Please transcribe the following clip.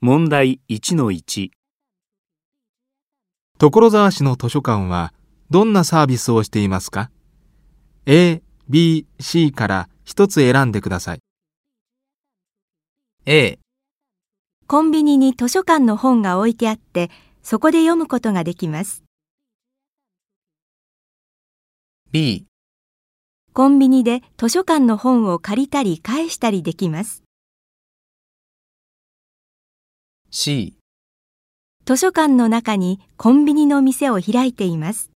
問題1-1所沢市の図書館はどんなサービスをしていますか ?A、B、C から一つ選んでください。 A、コンビニに図書館の本が置いてあって、そこで読むことができます。 B、コンビニで図書館の本を借りたり返したりできます。 C。図書館の中にコンビニの店を開いています。